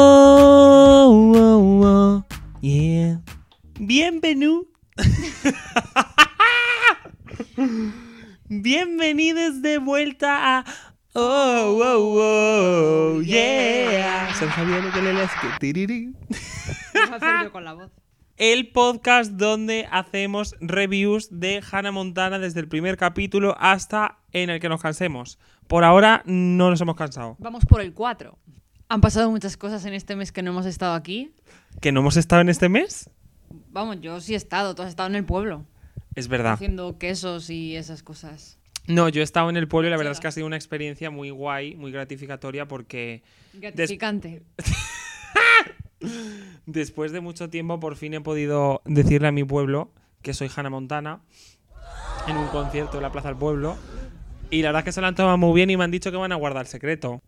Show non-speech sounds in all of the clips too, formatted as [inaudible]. Oh, oh, oh, yeah. Bienvenido. [laughs] Bienvenidos de vuelta a Oh, oh, oh, yeah. Se sabía lo que le leas que tiriri. Vamos a hacer yo con la voz. El podcast donde hacemos reviews de Hannah Montana desde el primer capítulo hasta en el que nos cansemos. Por ahora no nos hemos cansado. Vamos por el 4. Han pasado muchas cosas en este mes que no hemos estado aquí. ¿Que no hemos estado en este mes? Vamos, yo sí he estado, tú has estado en el pueblo, Es Ah. verdad. haciendo quesos y esas cosas. No, yo he estado en el pueblo y la verdad es que ha sido una experiencia muy guay, muy gratificatoria porque Gratificante. después de mucho tiempo por fin he podido decirle a mi pueblo que soy Hannah Montana en un concierto en la Plaza del Pueblo y la verdad es que se lo han tomado muy bien y me han dicho que van a guardar secreto.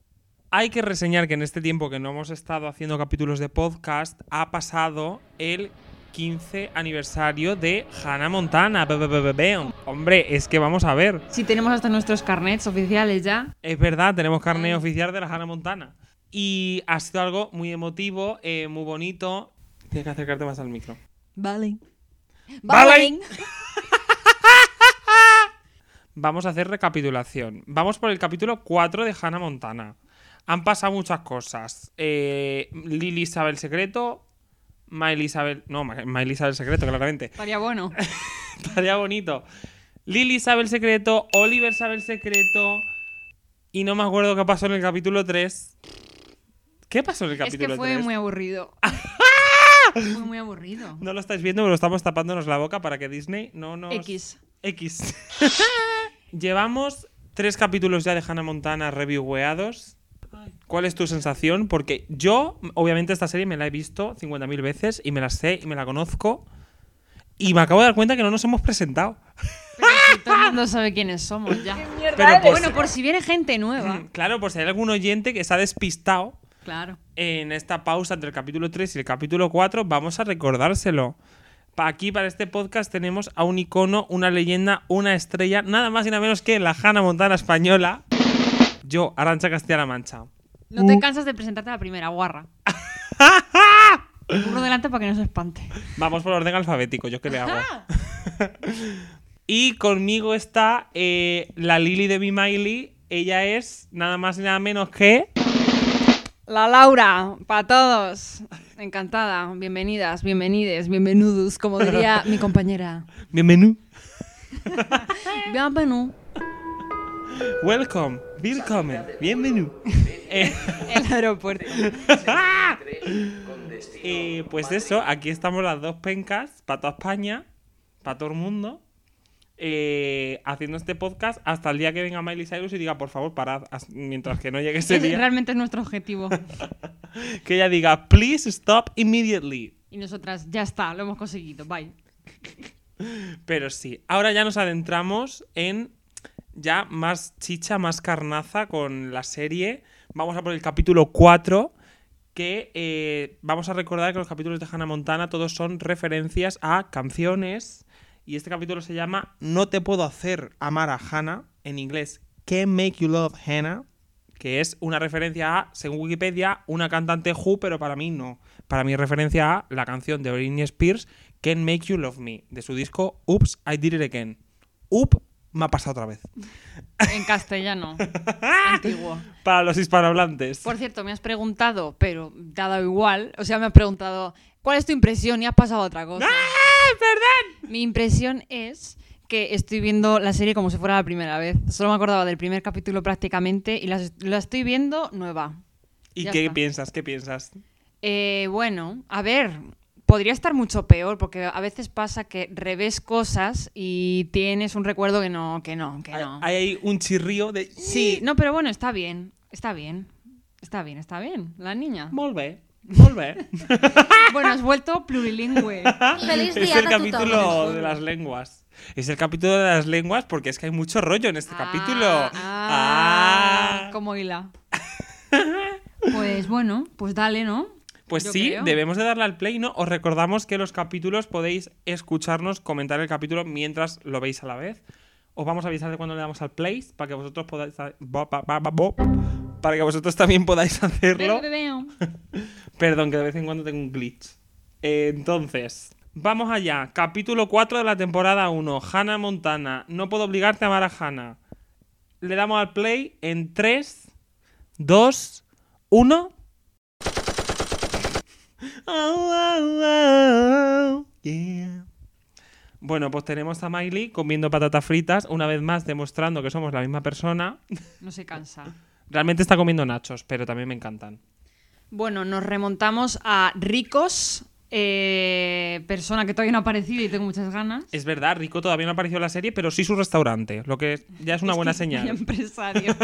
Hay que reseñar que en este tiempo que no hemos estado haciendo capítulos de podcast ha pasado el 15 aniversario de Hannah Montana. Be- be- be- be- be. Hombre, es que vamos a ver. Si tenemos hasta nuestros carnets oficiales ya. Es verdad, tenemos carnet Mm. oficial de la Hannah Montana. Y ha sido algo muy emotivo, eh, muy bonito. Tienes que acercarte más al micro. Vale. Vale. Vamos a hacer recapitulación. Vamos por el capítulo 4 de Hannah Montana. Han pasado muchas cosas. Eh, Lily sabe el secreto. Miley sabe... el- No, Ma- Miley sabe el secreto, claramente. [laughs] Estaría [laughs] bueno. Estaría bonito. Lily sabe el secreto. Oliver sabe el secreto. Y no me acuerdo qué pasó en el capítulo 3. ¿Qué pasó en el Es capítulo que 3? fue muy [laughs] aburrido. Fue muy aburrido. No lo estáis viendo, pero estamos tapándonos la boca para que Disney no nos. X. X. [laughs] Llevamos tres capítulos ya de Hannah Montana revieweados. ¿Cuál es tu sensación? Porque yo, obviamente, esta serie me la he visto 50.000 veces y me la sé y me la conozco. Y me acabo de dar cuenta que no nos hemos presentado. Pero si todo el mundo sabe quiénes somos ya. Pero por Bueno, por si viene gente [laughs] nueva. Mm, Claro, por si hay algún oyente que se ha despistado Claro. en esta pausa entre el capítulo 3 y el capítulo 4, vamos a recordárselo. Pa- Aquí, para este podcast, tenemos a un icono, una leyenda, una estrella, nada más y nada menos que la Hannah Montana española. Yo, Arancha Castilla-La Mancha. No te cansas de presentarte a la primera, guarra. Uno delante para que no se espante. Vamos por orden alfabético, yo qué le hago. Y conmigo está eh, la Lily de Be Miley. Ella es nada más y nada menos que. La Laura, para todos. Encantada. Bienvenidas, bienvenides, bienvenidos, como diría mi compañera. Bienvenido. Bienvenido. Welcome. Welcome. Bienvenido. Eh, El aeropuerto. Eh, pues eso, aquí estamos las dos pencas, para toda España, para todo el mundo, eh, haciendo este podcast hasta el día que venga Miley Cyrus y diga, por favor, parad, as- mientras que no llegue ese [laughs] Ese día, realmente es nuestro objetivo. que ella diga, please stop immediately. Y nosotras, ya está, lo hemos conseguido. Bye. Pero sí, ahora ya nos adentramos en ya más chicha, más carnaza con la serie. Vamos a por el capítulo 4, que eh, vamos a recordar que los capítulos de Hannah Montana todos son referencias a canciones. Y este capítulo se llama No te puedo hacer amar a Hannah, en inglés Can't Make You Love Hannah, que es una referencia a, según Wikipedia, una cantante Who, pero para mí no. Para mí es referencia a la canción de Britney Spears Can't Make You Love Me, de su disco Oops, I Did It Again. Oop, me ha pasado otra vez. En castellano. Antiguo. Para los hispanohablantes. Por cierto, me has preguntado, pero te ha dado igual. O sea, me has preguntado, ¿cuál es tu impresión? Y has pasado a otra cosa. ¡Ah, perdón! Mi impresión es que estoy viendo la serie como si fuera la primera vez. Solo me acordaba del primer capítulo prácticamente y las- la, estoy viendo nueva. ¿Y Ya qué está. piensas? ¿Qué piensas? Eh, bueno, a ver, podría estar mucho peor porque a veces pasa que revés cosas y tienes un recuerdo que no, que no, que Hay- no. Hay ahí un chirrío de... Sí, no, pero bueno, está bien, está bien. Está bien, está bien, la niña. Molve, [laughs] molve. Bueno, has [laughs] vuelto plurilingüe. Este Feliz Ah, es día el capítulo de las lenguas. Es el capítulo de las lenguas porque es que hay mucho rollo en este capítulo. Ah, ah, Ah. Como hila. Pues bueno, pues dale, ¿no? Pues Yo sí, creo. debemos de darle al play, ¿no? Os recordamos que los capítulos podéis escucharnos, comentar el capítulo mientras lo veis a la vez. Os vamos a avisar de cuando le damos al play para que vosotros podáis, bo- ba- ba- ba- bo- para que vosotros también podáis [laughs] hacerlo. Veo. Perdón, que de vez en cuando tengo un glitch. Eh, entonces, vamos allá. Capítulo 4 de la temporada 1. Hannah Montana. No puedo obligarte a amar a Hannah. Le damos al play en 3, 2, [laughs] 1. Bueno, pues tenemos a Miley comiendo patatas fritas, una vez más demostrando que somos la misma persona. No se cansa. Realmente está comiendo nachos, pero también me encantan. Bueno, nos remontamos a Ricos, eh, persona que todavía no ha aparecido y tengo muchas ganas. Es verdad, Rico todavía no apareció en la serie, pero sí su restaurante, lo que ya es una Es buena que señal. soy empresario.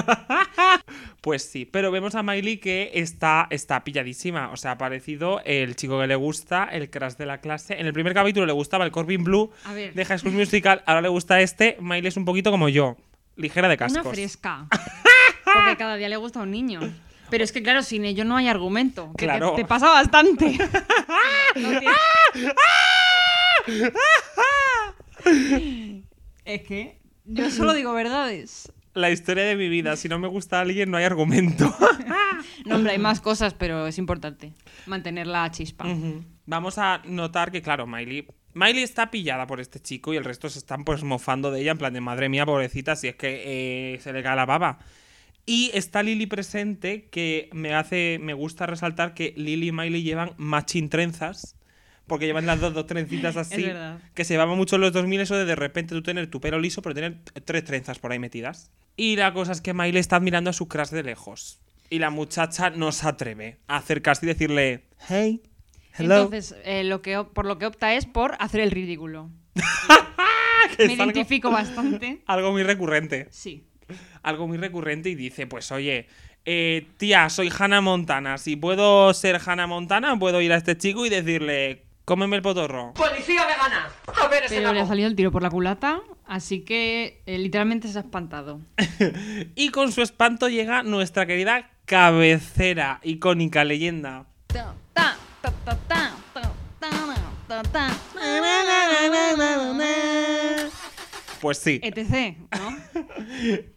Pues sí, pero vemos a Miley que está, está pilladísima. O sea, ha aparecido el chico que le gusta, el crush de la clase. En el primer capítulo le gustaba el Corbin Blue A ver. de High School Musical, ahora le gusta este. Miley es un poquito como yo, ligera de cascos. [laughs] Una fresca. Porque cada día le gusta a un niño. Pero es que, claro, sin ello no hay argumento. que te- Claro. Te, pasa [laughs] bastante. No tiene- es que yo solo digo verdades. La historia de mi vida, si no me gusta alguien no hay argumento. [laughs] No, hombre, hay más cosas, pero es importante mantener la chispa. Ujú. Vamos a notar que, claro, Miley. Miley está pillada por este chico y el resto se están pues mofando de ella, en plan de madre mía, pobrecita, si es que eh, se le cae la baba. Y está Lily presente, que me hace. Me gusta resaltar que Lily y Miley llevan machín trenzas. Porque llevan las dos, dos trencitas así. verdad. que se llevaba mucho en los 2000 eso de de repente tú tener tu pelo liso, pero tener t- tres trenzas por ahí metidas. Y la cosa es que Miley está mirando a su crush de lejos. Y la muchacha no se atreve a acercarse y decirle, hey, hello. Entonces, eh, lo que, op- por lo que opta es por hacer el ridículo. [laughs] que Me es algo- identifico bastante. algo muy recurrente. Sí. algo muy recurrente y dice, pues oye, eh, tía, soy Hannah Montana, si puedo ser Hannah Montana, puedo ir a este chico y decirle, cómeme el potorro. Policía vegana. A ver ese Pero le ha nabo. salido el tiro por la culata, así que eh, literalmente se ha espantado. Y con su espanto llega nuestra querida cabecera, icónica leyenda. Pues sí, etc. ¿no?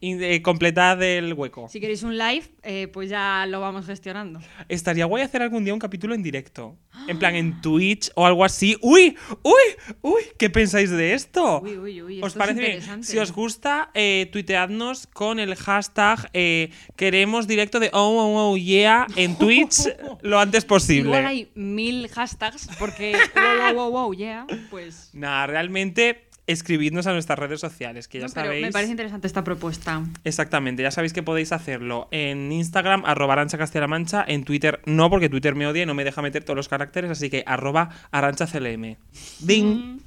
y, eh, completad el hueco. Si queréis un live, eh, pues ya lo vamos gestionando. Estaría guay hacer algún día un capítulo en directo. En [gasps] plan, en Twitch o algo así. ¡Uy! ¡Uy! ¡Uy! ¿Qué pensáis de esto? Uy, uy, uy, ¿Os esto es parece bien? interesante. Si os gusta, eh, tuiteadnos con el hashtag eh, queremos directo de oh, oh, oh, yeah [laughs] en Twitch lo antes Igual posible. hay mil hashtags porque wow, wow, wow, wow, yeah, pues... Nada, realmente escribidnos a nuestras redes sociales, que ya No, pero sabéis. me parece interesante esta propuesta. Exactamente, ya sabéis que podéis hacerlo en Instagram, arroba arancha castilla-la mancha, en Twitter no, porque Twitter me odia y no me deja meter todos los caracteres, así que arroba arancha clm. Ding.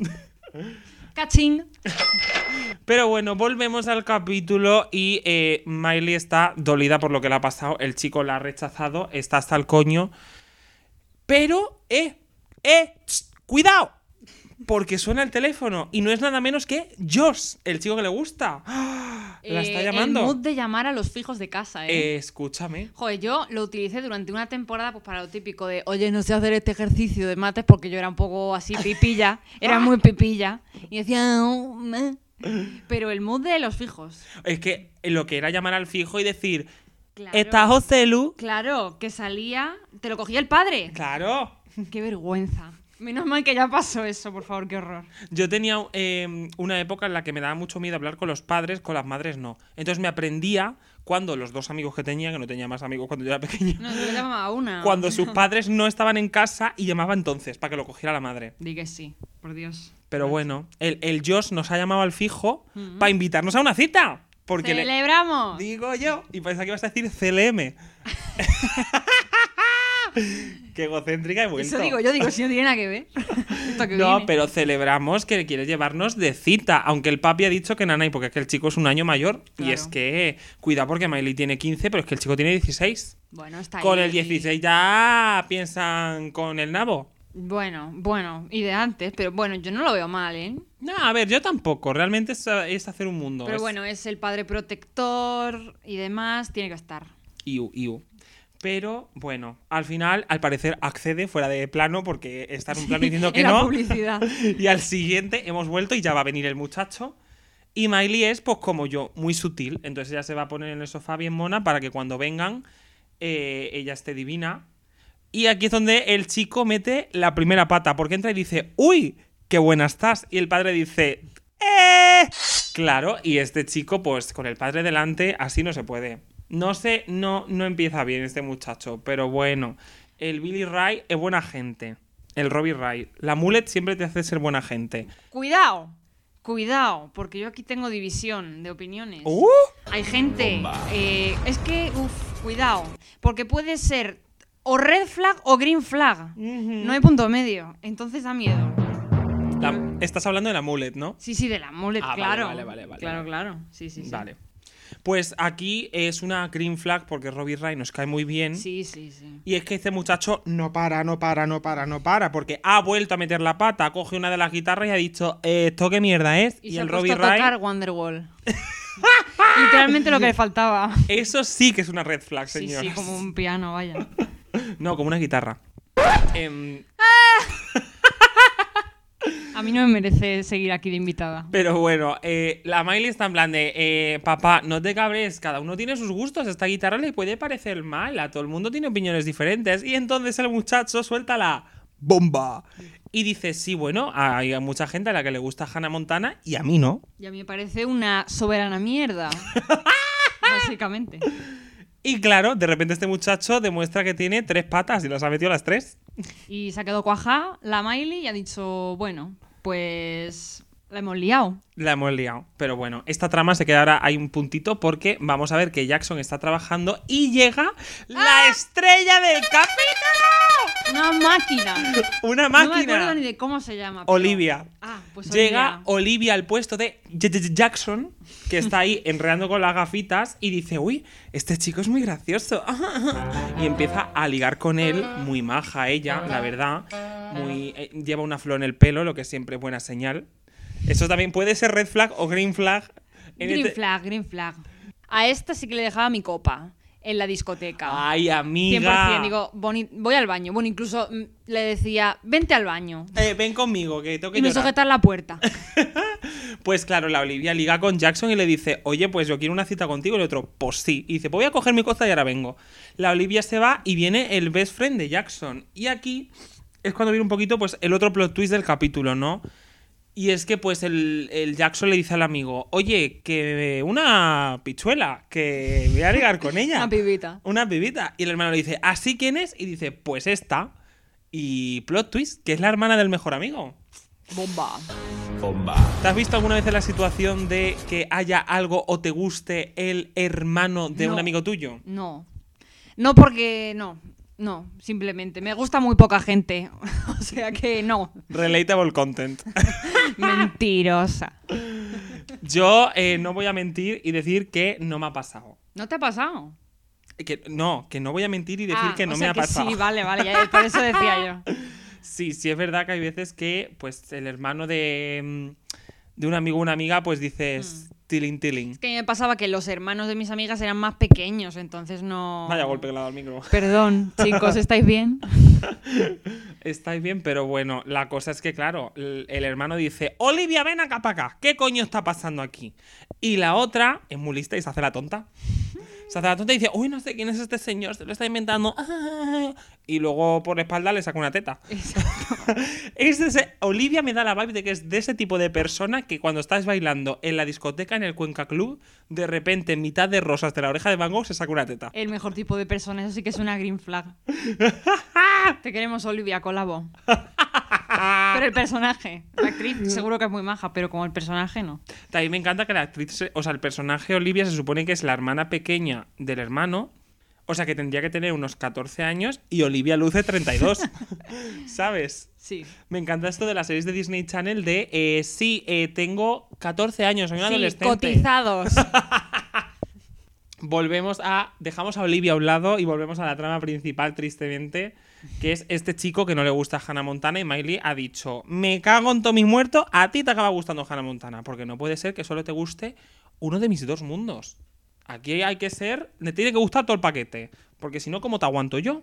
Caching. Pero bueno, volvemos al capítulo y eh, Miley está dolida por lo que le ha pasado. El chico la ha rechazado, está hasta el coño. Pero, eh, eh, tss, cuidado. Porque suena el teléfono y no es nada menos que Josh, el chico que le gusta. [gasps] ¡Ah! La Eh, está El mood llamando. de llamar a los fijos de casa, ¿eh? Eh, escúchame. Joder, yo lo utilicé durante una temporada pues para lo típico de, oye, no sé hacer este ejercicio de mates porque yo era un poco así pipilla, era muy pipilla. Y decía, "Oh, meh". pero el mood de los fijos. Es que lo que era llamar al fijo y decir, Claro, ¿estás Ocelu? claro, que salía, te lo cogía el padre. Claro. Qué vergüenza. Menos mal que ya pasó eso, por favor, qué horror. Yo tenía eh, una época en la que me daba mucho miedo hablar con los padres, con las madres no. Entonces me aprendía cuando los dos amigos que tenía, que no tenía más amigos cuando yo era pequeño, [laughs] No, yo llamaba a una. cuando [laughs] sus padres no estaban en casa y llamaba entonces para que lo cogiera la madre. Di que sí, por Dios. Pero bueno, el, el Josh nos ha llamado al fijo Mm. para invitarnos a una cita. Porque le- ¡Celebramos! Digo yo. Y pensaba que ibas a decir [laughs] CLM. [laughs] Qué egocéntrica he vuelto. Eso digo, yo digo, si no tiene nada que [laughs] ver. Esto que No, viene. pero celebramos que quiere llevarnos de cita, aunque el papi ha dicho que nanay, porque es que el chico es un año mayor. Y Claro. es que, cuidado porque Miley tiene 15, pero es que el chico tiene 16. Bueno, está Con ahí. el 16 ya piensan con el nabo. Bueno, bueno, y de antes, pero bueno, yo no lo veo mal, ¿eh? No, a ver, yo tampoco. Realmente es, es hacer un mundo. Pero es- bueno, es el padre protector y demás, tiene que estar. Iu, iu. Pero bueno, al final, al parecer, accede fuera de plano porque está en un plano diciendo que [laughs] en [laughs] la no. publicidad. Y al siguiente hemos vuelto y ya va a venir el muchacho. Y Miley es, pues como yo, muy sutil. Entonces ella se va a poner en el sofá bien mona para que cuando vengan eh, ella esté divina. Y aquí es donde el chico mete la primera pata, porque entra y dice, ¡Uy! ¡Qué buena estás! Y el padre dice, ¡Eh! Claro, y este chico, pues con el padre delante, así no se puede. No sé, no, no empieza bien este muchacho, pero bueno. El Billy Ray es buena gente. El Robbie Ray. La mullet siempre te hace ser buena gente. Cuidado, cuidado, porque yo aquí tengo división de opiniones. ¡Uh! Hay gente, eh, es que, uff, cuidado, porque puede ser o red flag o green flag. No hay punto medio, entonces da miedo. La- estás hablando de la mullet, ¿no? Sí, sí, de la mole, Ah, vale, claro. vale, vale, vale. Claro, claro. Sí, sí, sí. Vale. Pues aquí es una green flag porque Robbie Ray nos cae muy bien. Sí, sí, sí. Y es que este muchacho no para, no para, no para, no para, porque ha vuelto a meter la pata, coge una de las guitarras y ha dicho, "Eh, ¿esto qué mierda es? Y, Y, se el ha puesto Robbie a Ray, tocar [laughs] Wonderwall. Literalmente lo que le faltaba. eso sí que es una red flag, Sí, señor. sí, como un piano, vaya. [laughs] No, como una guitarra. Em, A mí no me merece seguir aquí de invitada. pero bueno, eh, la Miley está en plan de, eh, papá, no te cabres, cada uno tiene sus gustos, esta guitarra le puede parecer mal, a todo el mundo tiene opiniones diferentes. Y entonces el muchacho suelta la bomba. Y dice, sí, bueno, hay mucha gente a la que le gusta Hannah Montana y a mí no. Y a mí me parece una soberana [laughs] mierda. Básicamente. Y claro, de repente este muchacho demuestra que tiene tres patas y las ha metido las tres. Y se ha quedado cuajá la Miley y ha dicho, bueno, pues la hemos liado. La hemos liado. Pero bueno, esta trama se queda ahora hay un puntito porque vamos a ver que Jackson está trabajando y llega Ah. la estrella del capítulo. Una máquina. Una No me máquina. acuerdo ni de cómo se llama. pero- Olivia. Ah, pues Llega Olivia. Olivia al puesto de J- J- J- Jackson, que está [laughs] ahí enredando con las gafitas, y dice, uy, este chico es muy gracioso. [laughs] Y empieza a ligar con él, muy maja ella, la verdad. Muy, eh, lleva una flor en el pelo, lo que siempre es buena señal. Eso también puede ser red flag o green flag. En Green este- flag, green flag. A esta sí que le dejaba mi copa en la discoteca. Ay, amiga. 100%. Digo, "Boni- voy al baño. Bueno, incluso mm, le decía, vente al baño. Eh, ven conmigo, que tengo que Y me llorar. sujetas [laughs] la puerta. Pues claro, la Olivia liga con Jackson y le dice, oye, pues yo quiero una cita contigo. Y el otro, pues sí. Y dice, pues voy a coger mi cosa y ahora vengo. La Olivia se va y viene el best friend de Jackson. Y aquí es cuando viene un poquito pues el otro plot twist del capítulo, ¿no? Y es que pues el, el Jackson le dice al amigo, oye, que una pichuela, que voy a ligar con ella. [laughs] Una pibita. Una pibita. Y el hermano le dice, ¿así quién es? Y dice, pues esta. Y plot twist, que es la hermana del mejor amigo. Bomba. Bomba. ¿Te has visto alguna vez en la situación de que haya algo o te guste el hermano de un No. amigo tuyo? No. No porque no. No, simplemente. Me gusta muy poca gente. [laughs] o sea que no. Relatable content. Mentirosa. [laughs] Yo eh, no voy a mentir y decir que no me ha pasado. ¿No te ha pasado? Que, no, que no voy a mentir y decir Ah, que no o sea me ha pasado. Sí, vale, vale. ya- por eso decía [laughs] yo. Sí, sí es verdad que hay veces que pues el hermano de, mm, de un amigo o una amiga pues dices Mm. tiling tiling. Es que me pasaba que los hermanos de mis amigas eran más pequeños, entonces no. Vaya golpe que le ha dado al micro. [laughs] Perdón, chicos, ¿estáis bien? Estáis bien, pero bueno, la cosa es que, claro, el, el hermano dice, Olivia, ven acá para acá, ¿qué coño está pasando aquí? Y la otra es muy lista y se hace la tonta. Se hace la tonta y dice, uy, no sé quién es este señor, se lo está inventando. [laughs] Y luego por la espalda le saca una teta. Es de ese- Olivia me da la vibe de que es de ese tipo de persona que cuando estás bailando en la discoteca, en el Cuenca Club, de repente en mitad de rosas de la oreja de Van Gogh se saca una teta. El mejor tipo de persona, eso sí que es una [laughs] green flag. Te queremos, Olivia, colabo. Pero el personaje, la actriz, seguro que es muy maja, pero como el personaje no. También me encanta que la actriz, se- o sea, el personaje Olivia se supone que es la hermana pequeña del hermano, o sea, que tendría que tener unos 14 años y Olivia luce 32, ¿sabes? Sí. Me encanta esto de las series de Disney Channel de, eh, sí, eh, tengo 14 años, soy un adolescente. [laughs] cotizados. Volvemos a, dejamos a Olivia a un lado y volvemos a la trama principal, tristemente, que es este chico que no le gusta Hannah Montana y Miley ha dicho, me cago en Tommy muerto, a ti te acaba gustando Hannah Montana, porque no puede ser que solo te guste uno de mis dos mundos. Aquí hay que ser, le tiene que gustar todo el paquete, porque si no, ¿cómo te aguanto yo?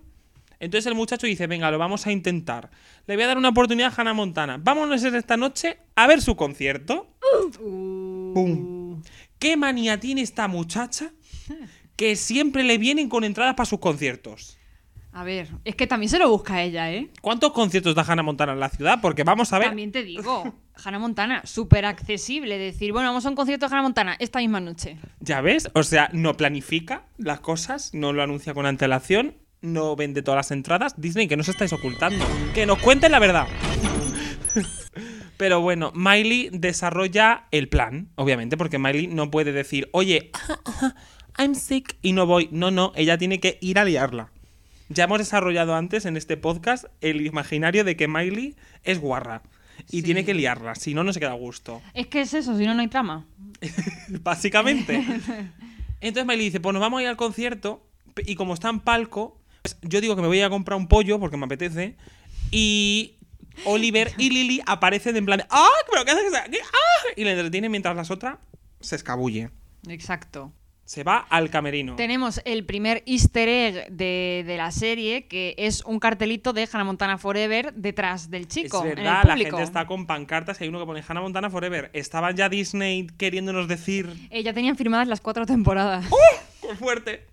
Entonces el muchacho dice, venga, lo vamos a intentar. Le voy a dar una oportunidad a Hannah Montana. Vámonos esta noche a ver su concierto. Pum. ¿Qué manía tiene esta muchacha que siempre le vienen con entradas para sus conciertos? A ver, es que también se lo busca ella, ¿eh? ¿Cuántos conciertos da Hannah Montana en la ciudad? Porque vamos a ver. También te digo, Hannah Montana, súper accesible. Decir, bueno, vamos a un concierto de Hannah Montana esta misma noche. Ya ves, o sea, no planifica las cosas, no lo anuncia con antelación, no vende todas las entradas. Disney, que no se estáis ocultando. Que nos cuenten la verdad. [laughs] Pero bueno, Miley desarrolla el plan, obviamente, porque Miley no puede decir, oye, [laughs] I'm sick y no voy. No, no, ella tiene que ir a liarla. Ya hemos desarrollado antes en este podcast el imaginario de que Miley es guarra y Sí. tiene que liarla, si no, no se queda a gusto. Es que es eso, si no, no hay trama. [laughs] Básicamente. Entonces Miley dice, pues nos vamos a ir al concierto p- y como está en palco, pues yo digo que me voy a ir a comprar un pollo porque me apetece y Oliver y Lily aparecen en plan de, ¡ah! ¿Pero qué haces aquí? ¡Ah! Y le entretienen mientras las otras se escabulle. Exacto. Se va al camerino. Tenemos el primer easter egg de, de la serie, que es un cartelito de Hannah Montana Forever detrás del chico, es en el verdad, la público. gente está con pancartas y hay uno que pone Hannah Montana Forever. Estaban ya Disney queriéndonos decir Eh, ya tenían firmadas las cuatro temporadas. Qué fuerte.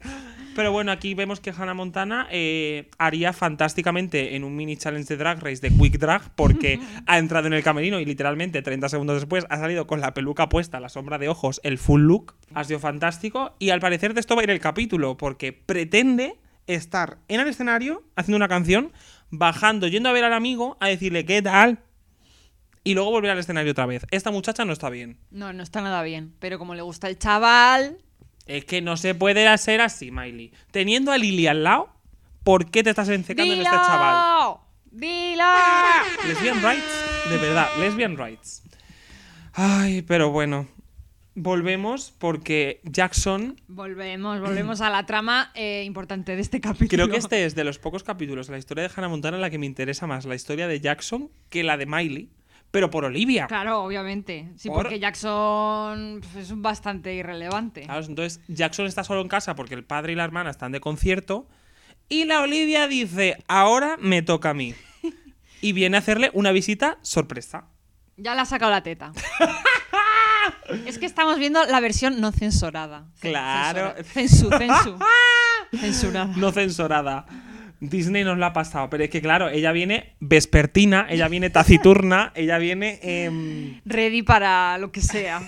Pero bueno, aquí vemos que Hannah Montana eh, haría fantásticamente en un mini challenge de Drag Race de Quick Drag porque ha entrado en el camerino y literalmente 30 segundos después ha salido con la peluca puesta, la sombra de ojos, el full look. Ha sido fantástico y al parecer de esto va a ir el capítulo porque pretende estar en el escenario haciendo una canción, bajando, yendo a ver al amigo a decirle qué tal y luego volver al escenario otra vez. Esta muchacha no está bien. No, no está nada bien. Pero como le gusta el chaval, Es que no se puede hacer así, Miley. Teniendo a Lily al lado, ¿por qué te estás encecando en este chaval? ¡Ah! ¡Dilo! Lesbian rights, de verdad, lesbian rights. Ay, pero bueno. Volvemos porque Jackson. Volvemos, volvemos a la trama eh, importante de este capítulo. Creo que este es de los pocos capítulos de la historia de Hannah Montana en la que me interesa más la historia de Jackson que la de Miley, pero por Olivia. Claro, obviamente. Sí, Por- porque Jackson pues, es un bastante irrelevante. ¿Sabes? Entonces, Jackson está solo en casa porque el padre y la hermana están de concierto. Y la Olivia dice, ahora me toca a [laughs] mí. Y viene a hacerle una visita sorpresa. Ya le ha sacado [laughs] la teta. es que estamos viendo la versión no censurada. Cen- Claro. Censura. Censu, censu. [laughs] Censurada. No censurada. Disney nos la ha pasado. Pero es que, claro, ella viene vespertina, ella viene [laughs] taciturna, ella viene... em, Ready para lo que sea.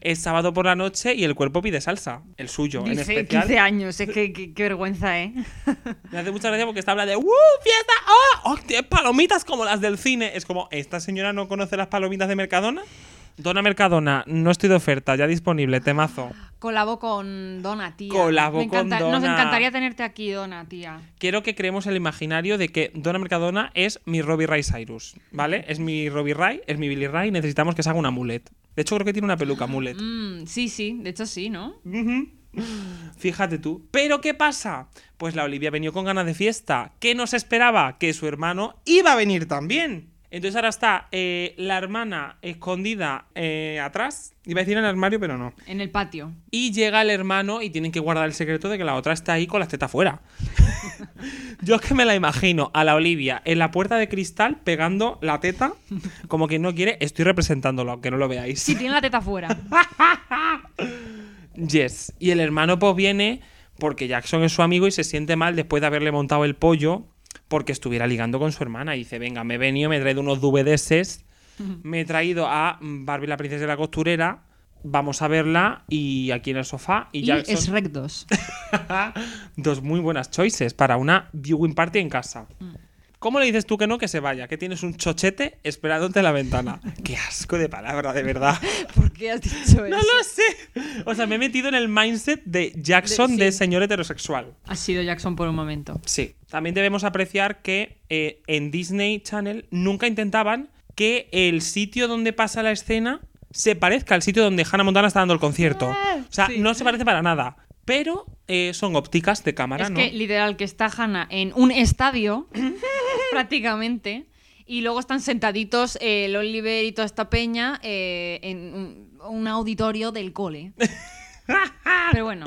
es sábado por la noche y el cuerpo pide salsa. El suyo, en Dice especial. 15 años, es que que- qué vergüenza, ¿eh? Me hace mucha gracia porque está hablando de ¡Uh, fiesta! ¡Oh! ¡Oh, tiene palomitas como las del cine! Es como, ¿esta señora no conoce las palomitas de Mercadona? Dona Mercadona, no estoy de oferta, ya disponible, temazo. Colabo con Dona, tía. Colabo Me encanta- con Nos Donna. encantaría tenerte aquí, Dona, tía. Quiero que creemos el imaginario de que Dona Mercadona es mi Robbie Ray Cyrus, ¿vale? Es mi Robbie Ray, es mi Billy Ray, necesitamos que se haga una mullet. De hecho, creo que tiene una peluca mullet. Mm, sí, sí, de hecho sí, ¿no? Ujú. Fíjate tú. ¿Pero qué pasa? Pues la Olivia venido con ganas de fiesta. ¿Qué nos esperaba? Que su hermano iba a venir también. Entonces ahora está eh, la hermana escondida eh, atrás. Iba a decir en el armario, pero no. En el patio. Y llega el hermano y tienen que guardar el secreto de que la otra está ahí con las tetas [laughs] fuera. Yo es que me la imagino a la Olivia en la puerta de cristal pegando la teta como quien no quiere. Estoy representándolo, aunque no lo veáis. Sí, tiene la teta fuera. Yes. Y el hermano pues viene porque Jackson es su amigo y se siente mal después de haberle montado el pollo porque estuviera ligando con su hermana. Y dice, venga, me he venido, me he traído unos DVDs, me he traído a Barbie la princesa de la costurera, vamos a verla y aquí en el sofá. Y, [laughs] Y, Jackson... es Rec 2. [laughs] Dos muy buenas choices para una viewing party en casa. ¿Cómo le dices tú que no que se vaya? Que tienes un chochete esperándote en la ventana. Qué asco de palabra, de verdad. [laughs] ¿Por qué has dicho eso? No lo sé. O sea, me he metido en el mindset de Jackson De- de, sí. señor heterosexual. Ha sido Jackson por un momento. Sí. También debemos apreciar que eh, en Disney Channel nunca intentaban que el sitio donde pasa la escena se parezca al sitio donde Hannah Montana está dando el concierto. Ah, O sea, sí. no se parece para nada. Pero eh, son ópticas de cámara, es ¿no? que literal que está Hannah en un [laughs] estadio, prácticamente, y luego están sentaditos eh, el Oliver y toda esta peña eh, en un, un auditorio [laughs] del cole. Pero bueno,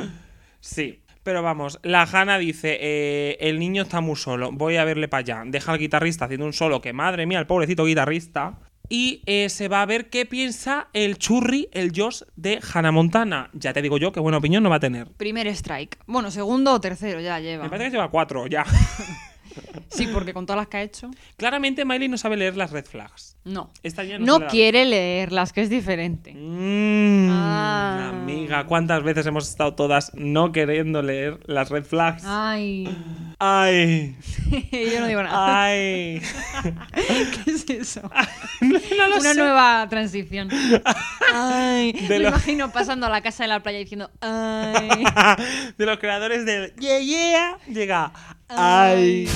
Sí. Pero vamos, la Hanna dice, eh, el niño está muy solo, voy a verle para allá. Deja al guitarrista haciendo un solo, que madre mía, el pobrecito guitarrista. Y eh, se va a ver qué piensa el churri, el Josh de Hannah Montana. Ya te digo yo que buena opinión no va a tener. Primer strike. Bueno, segundo o tercero ya Me lleva. parece que lleva cuatro ya. [laughs] Sí, porque con todas las que ha hecho. Claramente Miley no sabe leer las red flags. No. Esta ya no No se la- quiere leerlas, que es diferente. Mm, Ah. Amiga, ¿cuántas veces hemos estado todas no queriendo leer las red flags? Ay. [laughs] Ay, Yo no digo Ah. nada. ay. [laughs] ¿Qué es eso? [laughs] no lo Una sé. nueva transición. Ay. De Me lo- imagino pasando a la casa de la playa diciendo. Ay. [laughs] de los creadores del Yeah Yeah llega ay.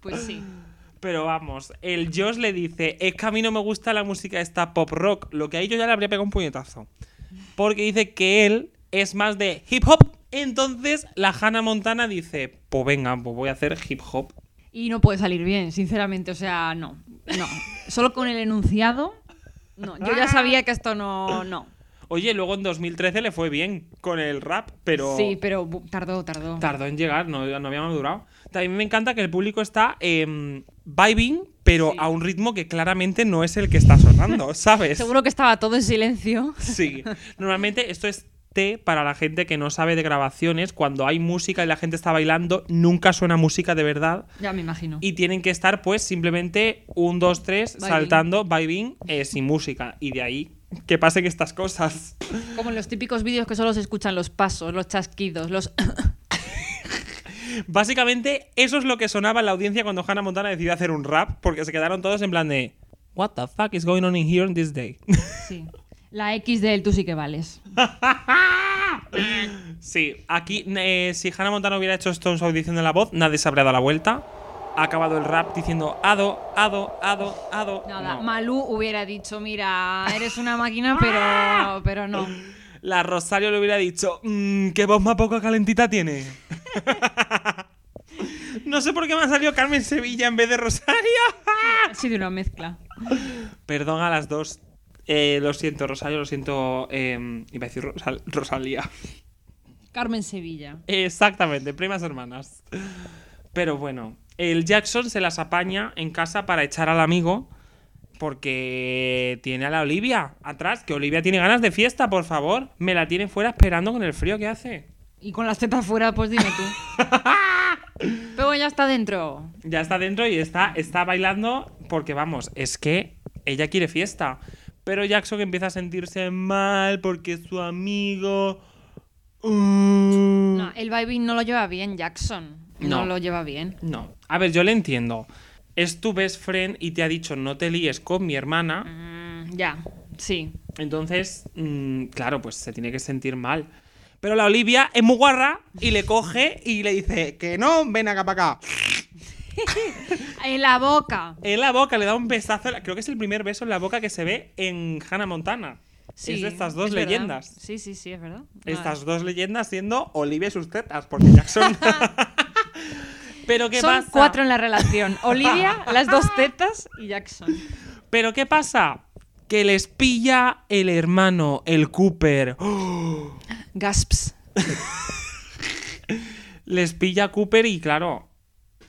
Pues sí. Pero vamos, el Josh le dice, es que a mí no me gusta la música esta pop rock, lo que a ellos ya le habría pegado un puñetazo. Porque dice que él es más de hip hop. Entonces la Hannah Montana dice, pues venga, pues voy a hacer hip hop. Y no puede salir bien, sinceramente. O sea, no. No. Solo con el enunciado. No. Yo ya sabía que esto no. No. Oye, luego en 2013 le fue bien con el rap, pero... Sí, pero bu- tardó, tardó. Tardó en llegar, no, no había madurado. También me encanta que el público está eh, vibing, pero a un ritmo que claramente no es el que está [laughs] sonando, ¿sabes? Seguro que estaba todo en silencio. Sí. Normalmente esto es T para la gente que no sabe de grabaciones. Cuando hay música y la gente está bailando, nunca suena música de verdad. Ya me imagino. Y tienen que estar, pues, simplemente un, dos, tres, Vibing. saltando, vibing, eh, sin música. Y de ahí que pasen estas cosas. Como en los típicos vídeos que solo se escuchan los pasos, los chasquidos, los. Básicamente, eso es lo que sonaba en la audiencia cuando Hannah Montana decidió hacer un rap, porque se quedaron todos en plan de. What the fuck is going on in here on this day? [laughs] [laughs] Sí. La X del tú sí que vales. sí, aquí, eh, si Hannah Montana hubiera hecho esto en su audición de la voz, nadie se habría dado la vuelta. Ha acabado el rap diciendo ado, ado, ado, ado. Nada, No. Malú hubiera dicho, mira, eres una máquina, ¡Ah! pero, pero no. La Rosario le hubiera dicho, "Mm, qué voz más poco calentita tiene. [laughs] no sé por qué me ha salido Carmen Sevilla en vez de Rosario. Ha sido una mezcla. Perdón a las dos. Eh, lo siento, Rosario, lo siento. eh, iba a decir Rosal- Rosalía. [laughs] Carmen Sevilla. Exactamente, primas hermanas. Pero bueno, el Jackson se las apaña en casa para echar al amigo. Porque tiene a la Olivia atrás, que Olivia tiene ganas de fiesta, por favor. Me la tiene fuera esperando con el frío que hace. Y con las tetas fuera, pues [laughs] dime tú. Pero ya está dentro. Ya está dentro y está, está bailando porque vamos, es que ella quiere fiesta. Pero Jackson empieza a sentirse mal porque su amigo... uh, Mm. No, el vibing no lo lleva bien, Jackson. No, No. lo lleva bien. No. A ver, yo le entiendo. Es tu best friend y te ha dicho no te líes con mi hermana. Mm, ya, sí. Entonces, mm, claro, pues se tiene que sentir mal. Pero la Olivia es muy guarra y le coge y le dice que no, ven acá para acá. En la boca. En la boca le da un besazo. en la- Creo que es el primer beso en la boca que se ve en Hannah Montana. Sí, es de estas dos es verdad. leyendas. Sí, sí, sí, es verdad. Estas dos leyendas siendo Olivia y sus tetas, porque [laughs] Jackson. Pero qué Son pasa? cuatro en [laughs] la relación. Olivia, las dos tetas y Jackson. Pero ¿qué pasa? Que les pilla el hermano, el Cooper. ¡Oh! Gasps. Les pilla Cooper y claro,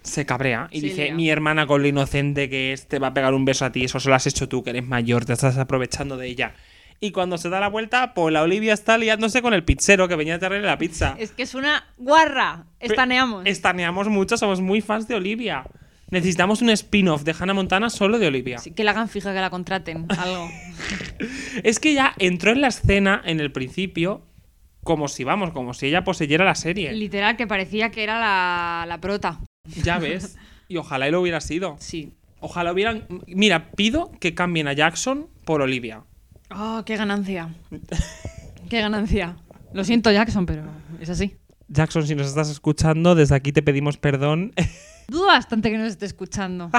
se cabrea y Se dice, lía. mi hermana con lo inocente que es te va a pegar un beso a ti, eso se lo has hecho tú, que eres mayor, te estás aprovechando de ella. Y cuando se da la vuelta, pues la Olivia está liándose con el pizzero que venía a traerle la pizza. Es que es una guarra. Pe- Estaneamos. Estaneamos mucho, somos muy fans de Olivia. Necesitamos un spin-off de Hannah Montana solo de Olivia. Sí, que la hagan fija, que la contraten. [laughs] Algo. Es que ya entró en la escena en el principio como si, vamos, como si ella poseyera la serie. Literal, que parecía que era la, la prota. Ya ves. Y ojalá y lo hubiera sido. Sí. Ojalá hubieran... Mira, pido que cambien a Jackson por Olivia. Oh, qué ganancia. Qué ganancia. Lo siento, Jackson, pero es así. Jackson, si nos estás escuchando, desde aquí te pedimos perdón. Dudo bastante que nos esté escuchando.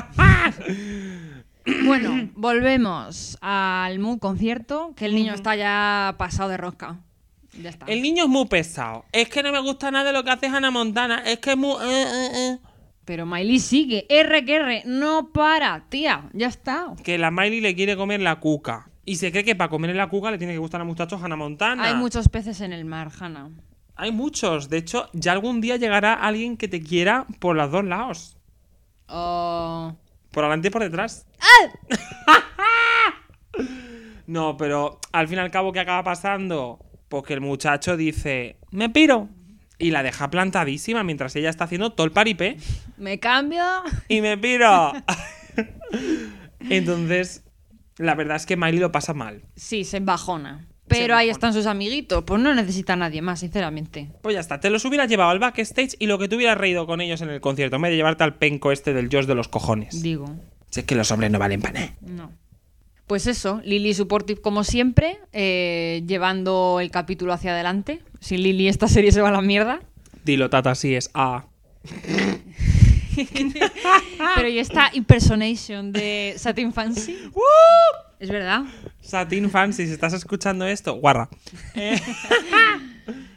bueno, volvemos al Mood concierto, que el niño está ya pasado de rosca. Ya [laughs] está. El niño es muy pesado. Es que no me gusta nada de lo que hace Hannah Montana. Es que es muy... eh, eh, eh. Pero Miley sigue, R que R, no para, tía, ya está. Que la Miley le quiere comer la cuca. Y se cree que para comer la cuca le tiene que gustar a muchachos Hannah Montana. Hay muchos peces en el mar, Hannah. Hay muchos. De hecho, ya algún día llegará alguien que te quiera por los dos lados. Oh, Por delante y por detrás. ¡Ah! no, pero al fin y al cabo, ¿qué acaba pasando? Porque el muchacho dice, me piro. Y la deja plantadísima mientras ella está haciendo todo el paripé. Me cambio. Y me piro. [laughs] Entonces, la verdad es que Miley lo pasa mal. Sí, se embajona. Pero ahí embajona. están sus amiguitos. Pues no necesita a nadie más, sinceramente. Pues ya está, te los hubieras llevado al backstage y lo que te hubieras reído con ellos en el concierto, en vez de llevarte al penco este del Josh de los cojones. Digo, Si es que los hombres no valen para nada. no. Pues eso, Lily supportive como siempre, eh, llevando el capítulo hacia adelante. Sin Lily esta serie se va a la mierda. Dilo, tata, así es. Ah. Pero y esta impersonation de [laughs] Satin Fancy, ¡Uh! es verdad. Satin Fancy, si estás escuchando esto, guarra. Eh,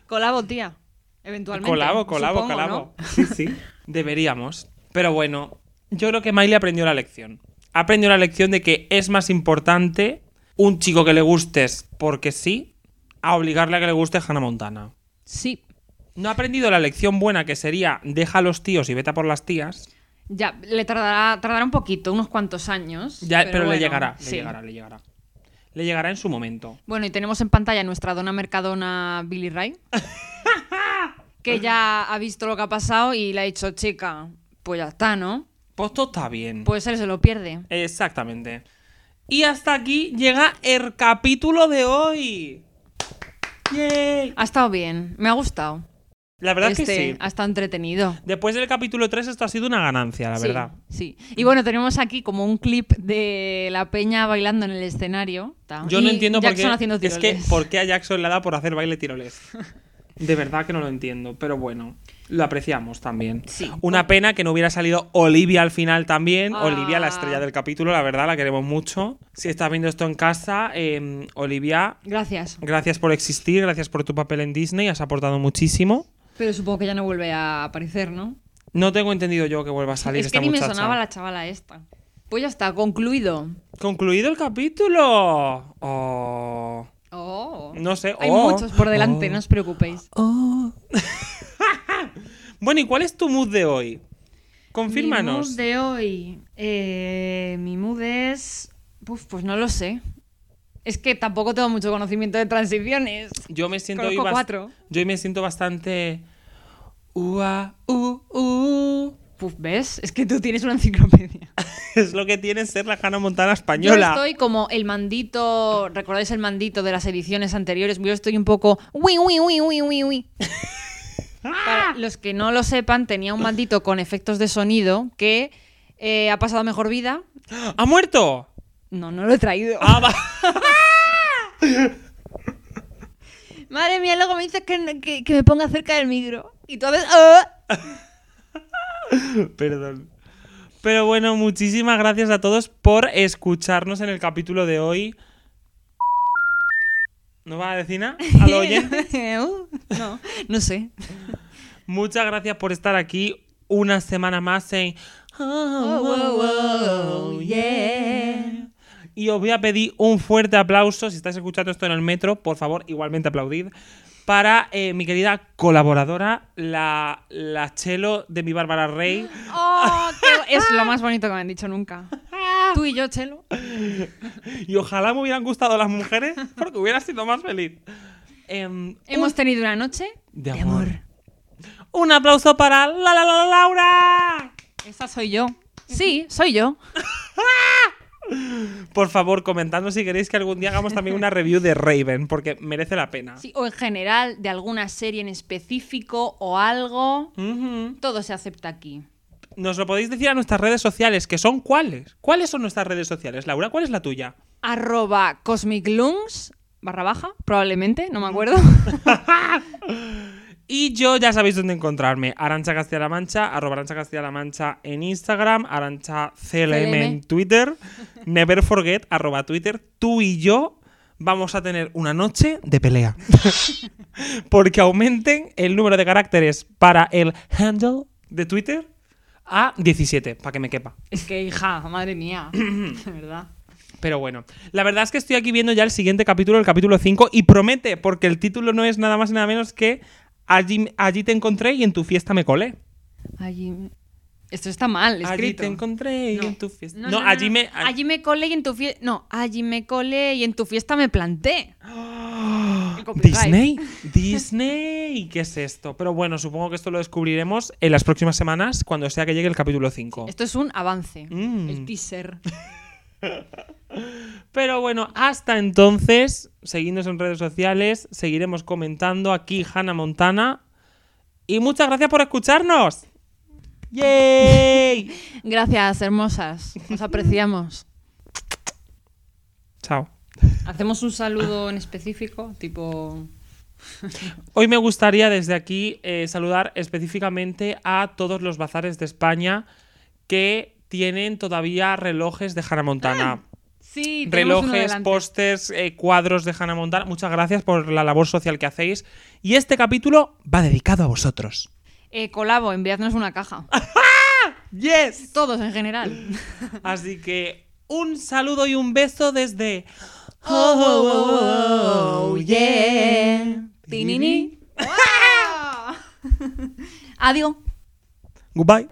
Colabo, tía. Eventualmente. colabo, colabo, supongo, colabo. ¿no? Sí, sí. [laughs] Deberíamos. Pero bueno, yo creo que Miley aprendió la lección. Aprendió la lección de que es más importante un chico que le gustes porque sí, a obligarle a que le guste Hannah Montana. Sí. No ha aprendido la lección buena que sería deja a los tíos y vete a por las tías. Ya, le tardará, tardará un poquito, unos cuantos años. Ya, pero, le bueno, llegará, le sí. llegará, le llegará. Le llegará en su momento. Bueno, y tenemos en pantalla nuestra dona mercadona [laughs] Billy Ray, que ya ha visto lo que ha pasado y le ha dicho, chica, pues ya está, ¿no? Pues todo está bien. Pues él se lo pierde. Exactamente. Y hasta aquí llega el capítulo de hoy. ¡Yay! Ha estado bien, me ha gustado. La verdad es Este, que sí. Ha estado entretenido. Después del capítulo 3 esto ha sido una ganancia, la Sí, verdad. Sí. Y bueno, tenemos aquí como un clip de la peña bailando en el escenario. ta. Yo no Ah, Y entiendo por Jackson qué. haciendo es que tiroles. por qué a Jackson le da por hacer baile [laughs] tiroles. De verdad que no lo entiendo, pero bueno, lo apreciamos también. Sí. Una pena que no hubiera salido Olivia al final también. Ah. Olivia, la estrella del capítulo, la verdad, la queremos mucho. Si estás viendo esto en casa, eh, Olivia, Gracias. gracias por existir, gracias por tu papel en Disney, has aportado muchísimo. Pero supongo que ya no vuelve a aparecer, ¿no? No tengo entendido yo que vuelva a salir es que esta ni muchacha. me sonaba la chavala esta. Pues ya está, concluido. Concluido el capítulo. Oh. Oh. No sé, Hay oh. muchos por delante, Oh. no os preocupéis. Bueno, ¿y cuál es tu mood de hoy? Mi Confírmanos. mood de hoy. eh, mi mood es. Uf, pues no lo sé. Es que tampoco tengo mucho conocimiento de transiciones. Yo me siento hoy Conozco bas- cuatro. Yo hoy me siento bastante. Ua, [laughs] u, u. Uf, ¿ves? Es que tú tienes una enciclopedia. Es lo que tiene ser la Hannah Montana Yo [laughs] española. estoy como el mandito. ¿Recordáis el mandito de las ediciones anteriores? Yo estoy un poco. ¡Uy, uy, uy, uy, uy, [laughs] uy! Para los que no lo sepan, tenía un mandito con efectos de sonido que eh, ha pasado a mejor vida. ¡Ha muerto! No, no lo he traído. Ah, va- [laughs] Madre mía, luego me dices que, que- que me ponga cerca del micro. Y tú haces. "Ah". Perdón. Pero bueno, muchísimas gracias a todos por escucharnos en el capítulo de hoy. ¿No va a decir nada? [laughs] ¿A lo oyente? Uh, no, no sé. Muchas gracias por estar aquí una semana más en... Oh, oh, oh, yeah. Y os voy a pedir un fuerte aplauso, si estáis escuchando esto en el metro, por favor, igualmente aplaudid, para eh, mi querida colaboradora, la, la chelo de mi Bárbara Rey. [laughs] Oh, qué- Ah. es lo más bonito que me han dicho nunca. Tú y yo, Chelo. Y ojalá me hubieran gustado las mujeres, [laughs] porque hubiera sido más feliz. Em, Hemos tenido una noche De amor. un aplauso para la la la la Laura. Esa soy yo. Sí, soy yo. Por favor, comentando si queréis que algún día hagamos también una review de Raven, porque merece la pena. Sí, o en general, de alguna serie en específico o algo. Ujú. Todo se acepta aquí. Nos lo podéis decir a nuestras redes sociales, que son cuáles. ¿Cuáles son nuestras redes sociales, Laura? ¿Cuál es la tuya? Arroba cosmiclungs barra baja, probablemente, no me acuerdo. Y yo ya sabéis dónde encontrarme. Arancha Castilla-La Mancha, arroba Arancha Castilla-La Mancha en Instagram, Arancha CLM en CLM. Twitter, Never Forget, arroba Twitter. Tú y yo vamos a tener una noche de pelea. Porque aumenten el número de caracteres para el handle de Twitter a 17, para que me quepa. es que, hija, [clears throat] madre mía. De verdad. Pero bueno, la verdad es que estoy aquí viendo ya el siguiente capítulo, el capítulo 5, y promete, porque el título no es nada más y nada menos que allí, allí te encontré y en tu fiesta me colé. Allí. Esto está mal Allí escrito. te encontré y No. en tu fiesta. No, allí me. a- Allí me cole y en tu fiesta. No, allí me cole y en tu fiesta [gasps] me planté. ¡Ah! El copyright. Disney, [laughs] Disney, ¿qué es esto? Pero bueno, supongo que esto lo descubriremos en las próximas semanas cuando sea que llegue el capítulo 5. Esto es un avance. Mm. El teaser. Pero bueno, hasta entonces, seguidnos en redes sociales, seguiremos comentando aquí Hannah Montana. Y muchas gracias por [laughs] escucharnos. ¡Yay! Gracias, hermosas. [laughs] Os apreciamos. Chao. Hacemos un saludo en específico, tipo. Hoy me gustaría desde aquí eh, saludar específicamente a todos los bazares de España que tienen todavía relojes de Hannah Montana. Sí, Ah, tenemos uno relojes, delante. pósters, eh, cuadros de Hannah Montana. Muchas gracias por la labor social que hacéis. Y este capítulo va dedicado a vosotros. Eh, colabo, enviadnos [laughs] una caja. ¡Yes! Todos en general. Así que un saludo y un beso desde. Oh, Tinini. Adiós. Goodbye.